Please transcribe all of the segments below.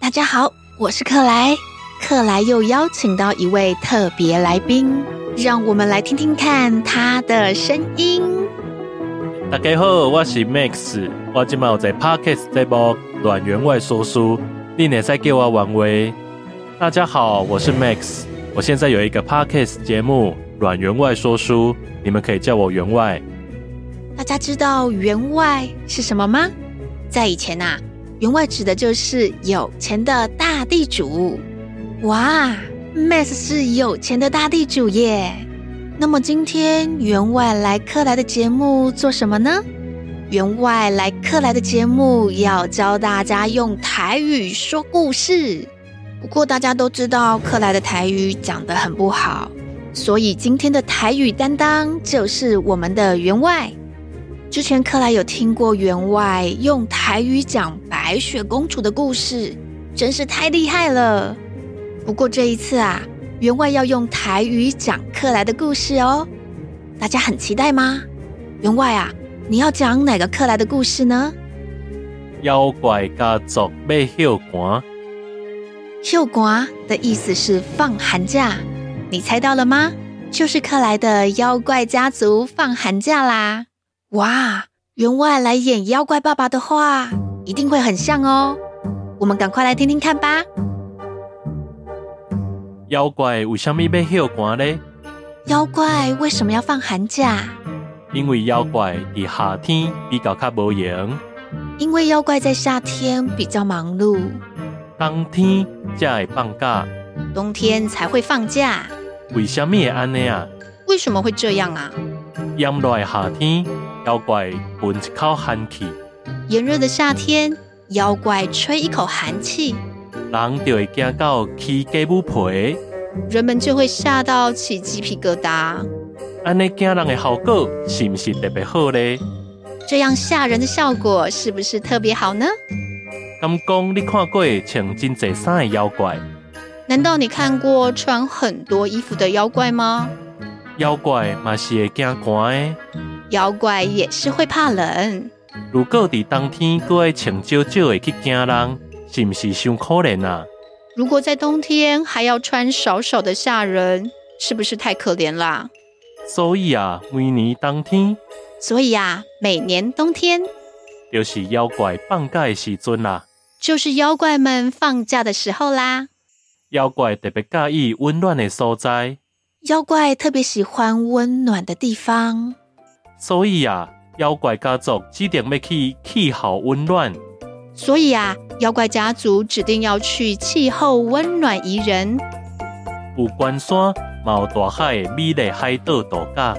大家好，我是克莱。克莱又邀请到一位特别来宾，让我们来听听看他的声音。大家好，我是 Max，我今嘛有在 Podcast 这部软员外说书，你也在给我玩威。大家好，我是 Max，我现在有一个 Podcast 节目《软员外说书》，你们可以叫我员外。大家知道员外是什么吗？在以前啊，员外指的就是有钱的大地主。哇，Max 是有钱的大地主耶。那么今天员外来克莱的节目做什么呢？员外来克莱的节目要教大家用台语说故事。不过大家都知道克莱的台语讲得很不好，所以今天的台语担当就是我们的员外。之前克莱有听过员外用台语讲白雪公主的故事，真是太厉害了。不过这一次啊，员外要用台语讲克莱的故事哦，大家很期待吗？员外啊，你要讲哪个克莱的故事呢？妖怪家族要休寒，休瓜的意思是放寒假，你猜到了吗？就是克莱的妖怪家族放寒假啦！哇，员外来演妖怪爸爸的话，一定会很像哦。我们赶快来听听看吧。妖怪为什么要休寒呢？妖怪为什么要放寒假？因为妖怪伫夏天比较较无闲，因为妖怪在夏天比较忙碌，冬天才会放假。冬天才会放假。为什么会安尼啊？为什么会这样啊？炎热的夏天，妖怪闷一口寒气，炎热的夏天，妖怪吹一口寒气，人就会惊到起鸡母皮，人们就会吓到起鸡皮疙瘩。安尼惊人的效果是毋是特别好呢？这样吓人的效果是不是特别好呢？敢讲你看过穿真济衫的妖怪，难道你看过穿很多衣服的妖怪吗？妖怪嘛是会惊寒的。妖怪也是会怕冷。如果伫冬天搁爱穿少少的去惊人，是毋是伤可怜啊？如果在冬天还要穿少少的吓人，是不是太可怜啦？所以啊，每年冬天所以啊，每年冬天就是妖怪放假的时阵啦、就是妖怪们放假的时候啦。妖怪特别介意温暖的所在，妖怪特别喜欢温暖的地方，所以啊，妖怪家族指定要去气候温暖、所以啊，妖怪家族指定要去气候温暖宜人、有关山、嘛有大海的美丽海岛度假。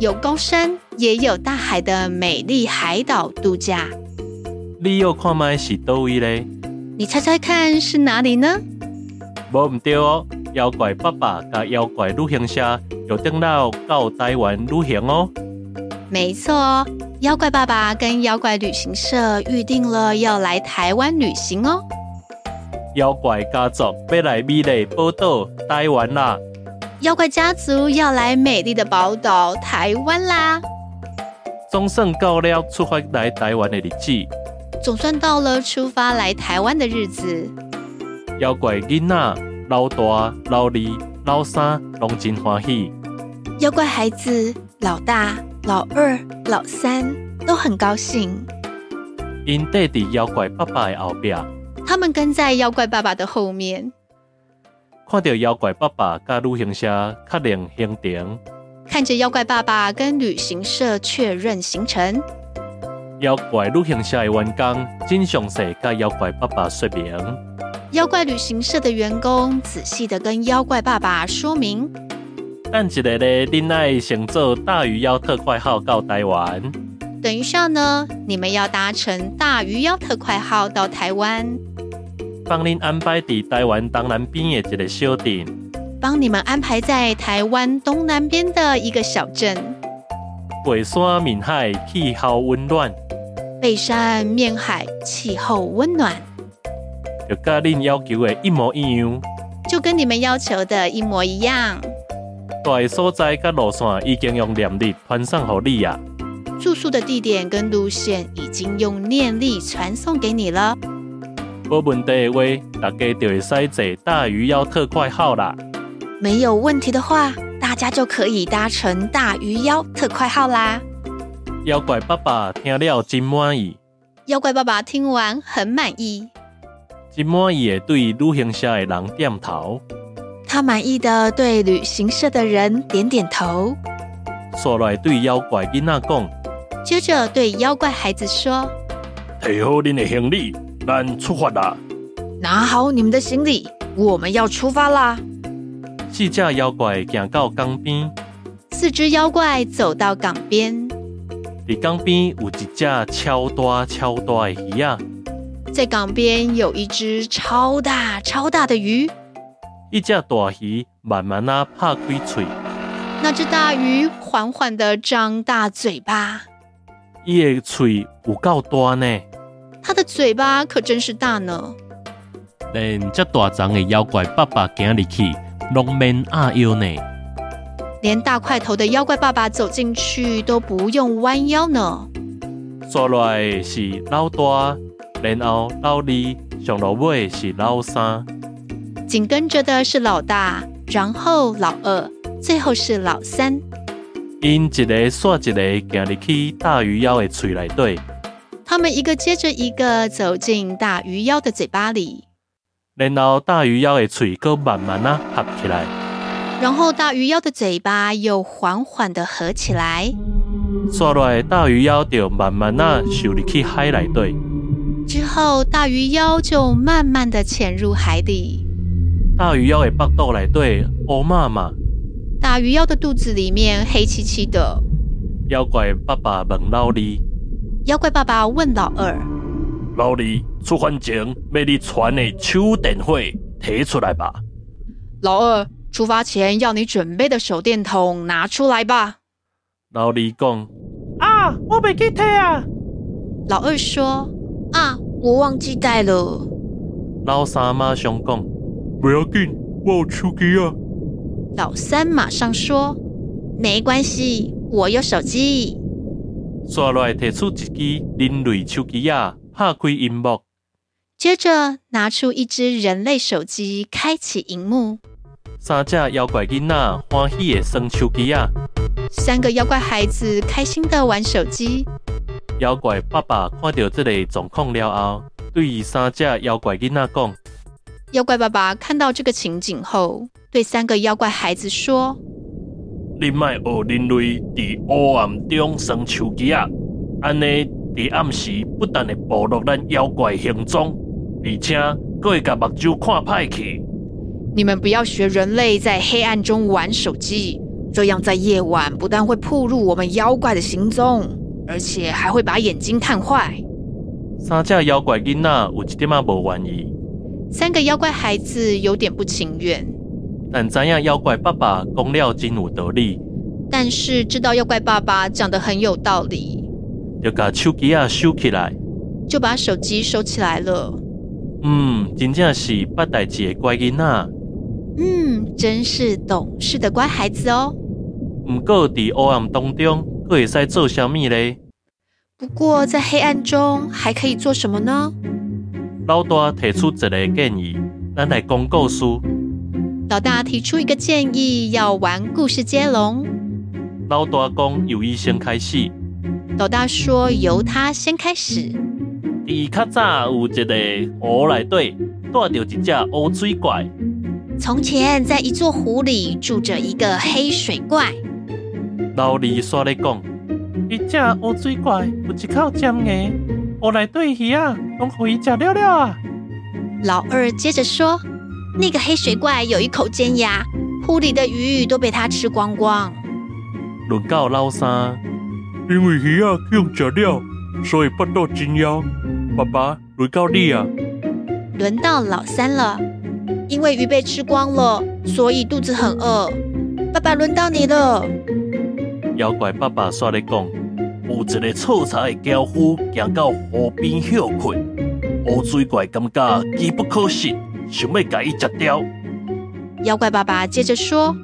有高山也有大海的美丽海岛度假。你要看卖是倒位咧？你猜猜看是哪里呢？无毋对哦，妖怪爸爸甲妖怪旅行社约定了到台湾旅行哦。没错哦，妖怪爸爸跟妖怪旅行社预定了要来台湾旅行哦。妖怪家族要来美丽宝岛台湾啦！妖怪家族要来美丽的宝岛台湾啦！总算到了出发来台湾的日子，总算到了出发来台湾的日子，妖怪囡仔、老大、老二、老三拢真欢喜。妖怪孩子老大、老二、老三都很高兴，因跟伫妖怪爸爸的后壁，他们跟在妖怪爸爸的后面，看到妖怪爸爸甲旅行社确认行程，看着妖怪爸爸跟旅行社确认行程。妖怪旅行社的员工真详细甲妖怪爸爸说明。妖怪旅行社的员工仔细的跟妖怪爸爸说明，等一下咧，恁爱乘坐大鱼妖特快号到台湾，等一下呢，你们要搭乘大鱼妖特快号到台湾，帮恁安排伫台湾东南边的一个小镇。帮你们安排在台湾东南边的一个小镇，过山面海，气候温暖，背山面海，气候温暖，就甲恁要求的一模一样。就跟你们要求的一模一样。大的所在甲路线已经用念力传送互你啊！住宿的地点跟路线已经用念力传送给你了，无问题的话，大家就会使坐大鱼腰特快号啦。没有问题的话，大家就可以搭乘大鱼妖特快号啦。妖怪爸爸听了真满意，妖怪爸爸听完很满意，真满意的对旅行社的人点头。他满意的对旅行社的人点点头，煞来对妖怪囡仔讲：接着对妖怪孩子说提好恁的行李，咱出发啦！：“拿好你们的行李，我们要出发啦四只妖怪行到江边，！”四只妖怪走到港边，伫江边有一只超大超大的鱼啊！在港边有一只超大超大的鱼，一只大鱼慢慢啊拍开嘴，那只大鱼缓缓地张大嘴巴，伊的嘴有够大呢。它的嘴巴可真是大呢。连遮大丛的妖怪爸爸行入去，拢免压腰呢。连大块头的妖怪爸爸走进去都不用弯腰呢。刷落来是老大，然后老二，上落尾是老三。紧跟着的是老大，然后老二，最后是老三。因一个煞一个行入去大鱼妖的喙内底，他们一个接着一个走进大鱼妖的嘴巴里，然后大鱼妖的喙佫慢慢啊合起来。然后大鱼妖的嘴巴又缓缓地合起来。刷落来大鱼妖就慢慢啊游入去海内底。之后，大鱼妖就慢慢地潜入海底。大鱼妖的腹肚内底乌嘛嘛。大鱼妖的肚子里面黑漆漆的。妖怪爸爸问老二。妖怪爸爸问老二老二出番前，要你传的手电火提出来吧。：“老二，出发前要你准备的手电筒拿出来吧。老二讲，”老二说：“啊，我忘记带了。”老三马上讲，不要紧，我有手机啊。老三马上说：“没关系，我有手机。刷来提出一支人类手机啊，拍开荧幕，”接着拿出一只人类手机，开启荧幕。三只妖怪囡仔欢喜的耍手机啊。三个妖怪孩子开心的玩手机。妖怪爸爸看到这个状况了后，对三只妖怪囡仔讲，妖怪爸爸看到这个情景后，对三个妖怪孩子说你莫学人类伫黑暗中耍手机啊！安尼伫暗时不但会暴露咱妖怪行踪，而且佫会甲目睭看歹去。：“你们不要学人类在黑暗中玩手机，这样在夜晚不但会暴露我们妖怪的行踪，而且还会把眼睛看坏。”三只妖怪囡仔有一点仔无愿意，三个妖怪孩子有点不情愿。但知影妖怪爸爸讲了真有道理，但是知道妖怪爸爸讲得很有道理，就甲手机啊收起来。就把手机收起来了。嗯，真正是捌代志的乖囡仔。嗯，真是懂事的乖孩子哦。毋过伫黑暗当中，佫会使做啥物呢？不过在黑暗中还可以做什么呢？老大提出一个建议，咱来讲故事。老大提出一个建议，要玩故事接龙。老大讲由医生开始。老大说由他先开始。伫较早有一个湖内底，带着一只乌水怪。从前，在一座湖里住着一个黑水怪，老二煞咧讲，一只乌水怪有一口尖牙，湖内底鱼啊，拢互伊食了了啊。老二接着说：“那个黑水怪有一口尖牙，湖里的鱼都被它吃光光。轮到老三，因为鱼啊用食了，所以腹肚真枵。爸爸，轮到你啊！”轮到老三了，因为鱼被吃光了，所以肚子很饿。爸爸，轮到你了。妖怪爸爸煞咧讲，有一个臭柴的樵夫行到湖边休困，乌水怪感觉机不可失，想要甲伊食掉。妖怪爸爸接着说：“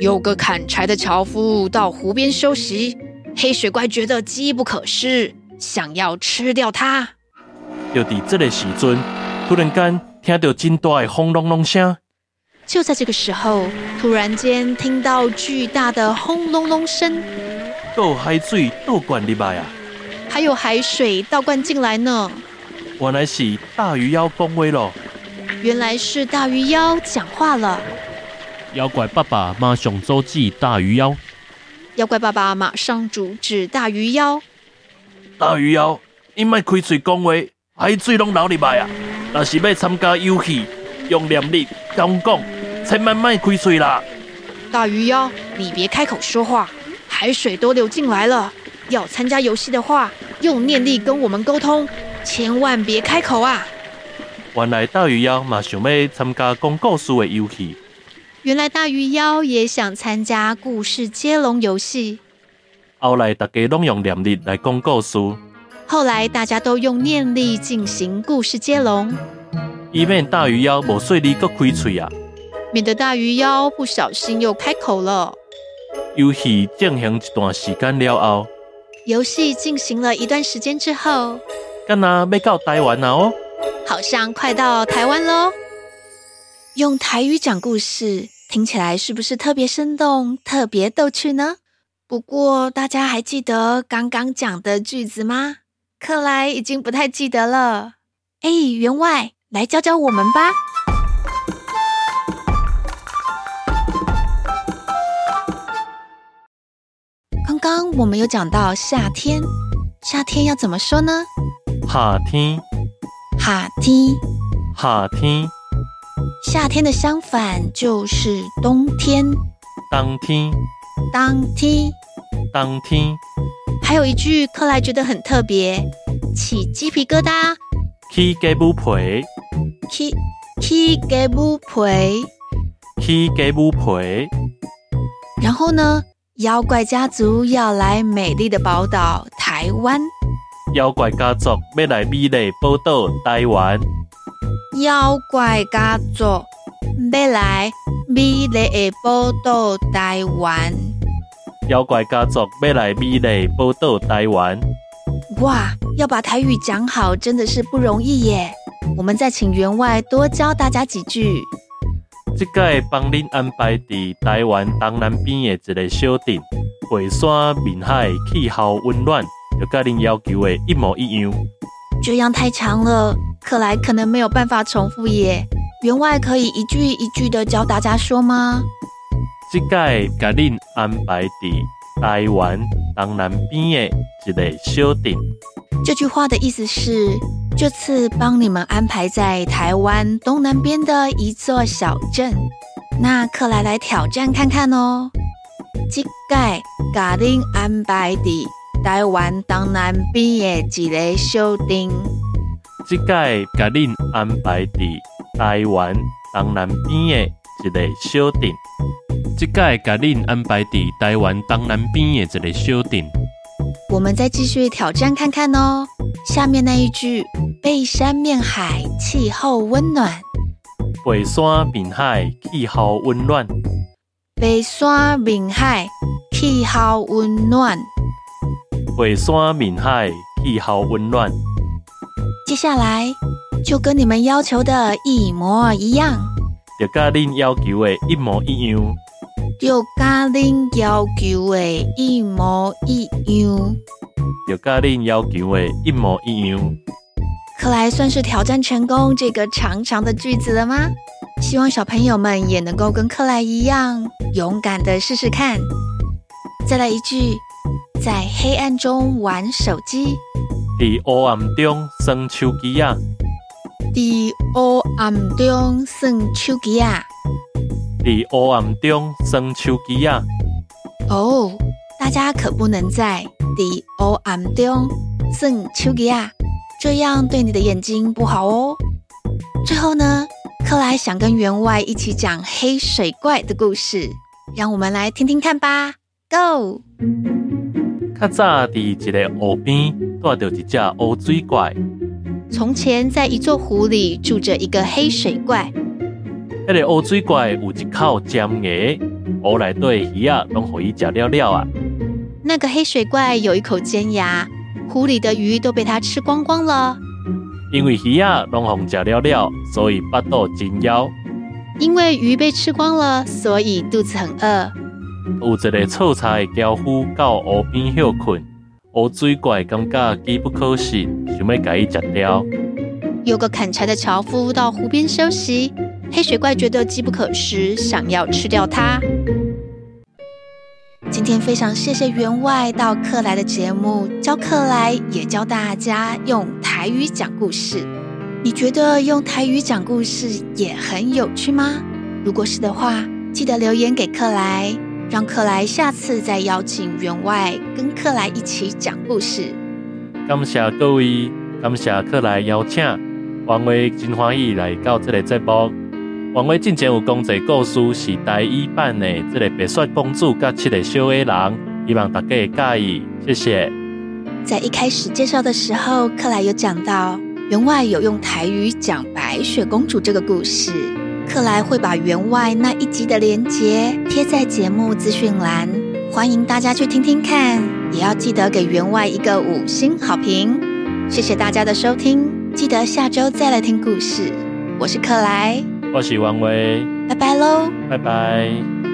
有个砍柴的樵夫到湖边休息，黑水怪觉得机不可失，想要吃掉它。就伫这个时阵，突然间听到真大的轰隆隆声，就在这个时候，突然间听到巨大的轰隆隆声，倒海水倒灌入来啊！还有海水倒灌进来呢。原来是大鱼妖恭维咯。原来是大鱼妖讲话了。妖怪爸爸马上周记大鱼妖，妖怪爸爸马上阻止大鱼妖，大鱼妖，你莫开嘴讲话，海水拢流入来啊！若是要参加游戏，用念力讲讲，千万莫开嘴啦！大鱼妖，你别开口说话，海水都流进来了。要参加游戏的话，用念力跟我们沟通，千万别开口啊！原来大鱼妖嘛想要参加讲故事的游戏，原来大鱼妖也想参加故事接龙游戏。后来大家拢用念力来讲故事，后来大家都用念力进行故事接龙，以免大鱼妖无细力搁开嘴啊！免得大鱼妖不小心又开口了。游戏进行一段时间了后，游戏进行了一段时间之后，敢若要到台湾啊哦！好像快到台湾喽。用台语讲故事，听起来是不是特别生动、特别逗趣呢？不过大家还记得刚刚讲的句子吗？克莱已经不太记得了。哎，员外，来教教我们吧。刚刚我们有讲到夏天，夏天要怎么说呢？夏天，哈天。夏天，夏天的相反就是冬天，冬天，当天。冬天，还有一句克莱觉得很特别，起鸡皮疙瘩，起鸡母皮，起起给不赔。起鸡母皮，然后呢，妖怪家族要来美丽的宝岛台湾，妖怪家族要来美丽报道台湾，妖怪家族要来美丽的宝岛台湾。妖怪家族要来美丽报道台湾。哇，要把台语讲好真的是不容易耶！我们再请员外多教大家几句。即届帮恁安排伫台湾东南边的一个小镇，背山面海，气候温暖，就甲恁要求的一模一样。这样太长了，克莱可能没有办法重复耶。员外可以一句一句的教大家说吗？即届甲恁安排伫台湾东南边的一个小镇，这句话的意思是，这次帮你们安排在台湾东南边的一座小镇。那克莱来挑战看看哦。即盖甲恁安排伫台湾东南边的一个小镇，即届甲恁安排伫台湾东南边的一个小镇，即届甲恁安排伫台湾东南边的一个小镇。我们再继续挑战看看哦。下面那一句，背山面海，气候温暖。背山面海，气候温暖。背山面海，气候温暖。背山面海，气候温暖。接下来就跟你们要求的一模一样，就甲恁要求的一模一样。就甲恁要求的一模一样。就甲恁要求的一模一样。克莱算是挑战成功这个长长的句子了吗？希望小朋友们也能够跟克莱一样，勇敢的试试看。再来一句，在黑暗中玩手机，伫黑暗中耍手机啊，伫黑暗中耍手机啊！伫黑暗中耍手机啊，哦，大家可不能在伫黑暗中耍手机啊，这样对你的眼睛不好哦。最后呢，克莱想跟员外一起讲黑水怪的故事，让我们来听听看吧。Go！较早伫一个湖边，带着一只乌水怪。从前在一座湖里住着一个黑水怪，迄、个乌水怪有一口尖牙，湖内底的鱼啊，拢互伊食了了啊。那个黑水怪有一口尖牙，湖里的鱼都被它吃光光了。因为鱼啊拢互食了了，所以巴肚真枵。因为鱼被吃光了，所以肚子很饿。有一个臭菜的樵夫到湖边休困，湖水怪感觉机不可失，想要甲伊食掉。有个砍柴的樵夫到湖边休息，黑水怪觉得机不可失，想要吃掉它。今天非常谢谢员外到克莱的节目，教克莱也教大家用台语讲故事。你觉得用台语讲故事也很有趣吗？如果是的话，记得留言给克莱，让克莱下次再邀请员外跟克莱一起讲故事。感谢各位，感谢客来邀请，王威真欢喜来到这个节目。王威进前有讲一个故事，是台语版的这个白雪公主甲七个小矮人，希望大家会介意，谢谢。在一开始介绍的时候，克莱有讲到员外有用台语讲白雪公主这个故事。克莱会把员外那一集的连结贴在节目资讯栏，欢迎大家去听听看，也要记得给员外一个五星好评。谢谢大家的收听，记得下周再来听故事。我是克莱，我是王威，拜拜喽。拜拜。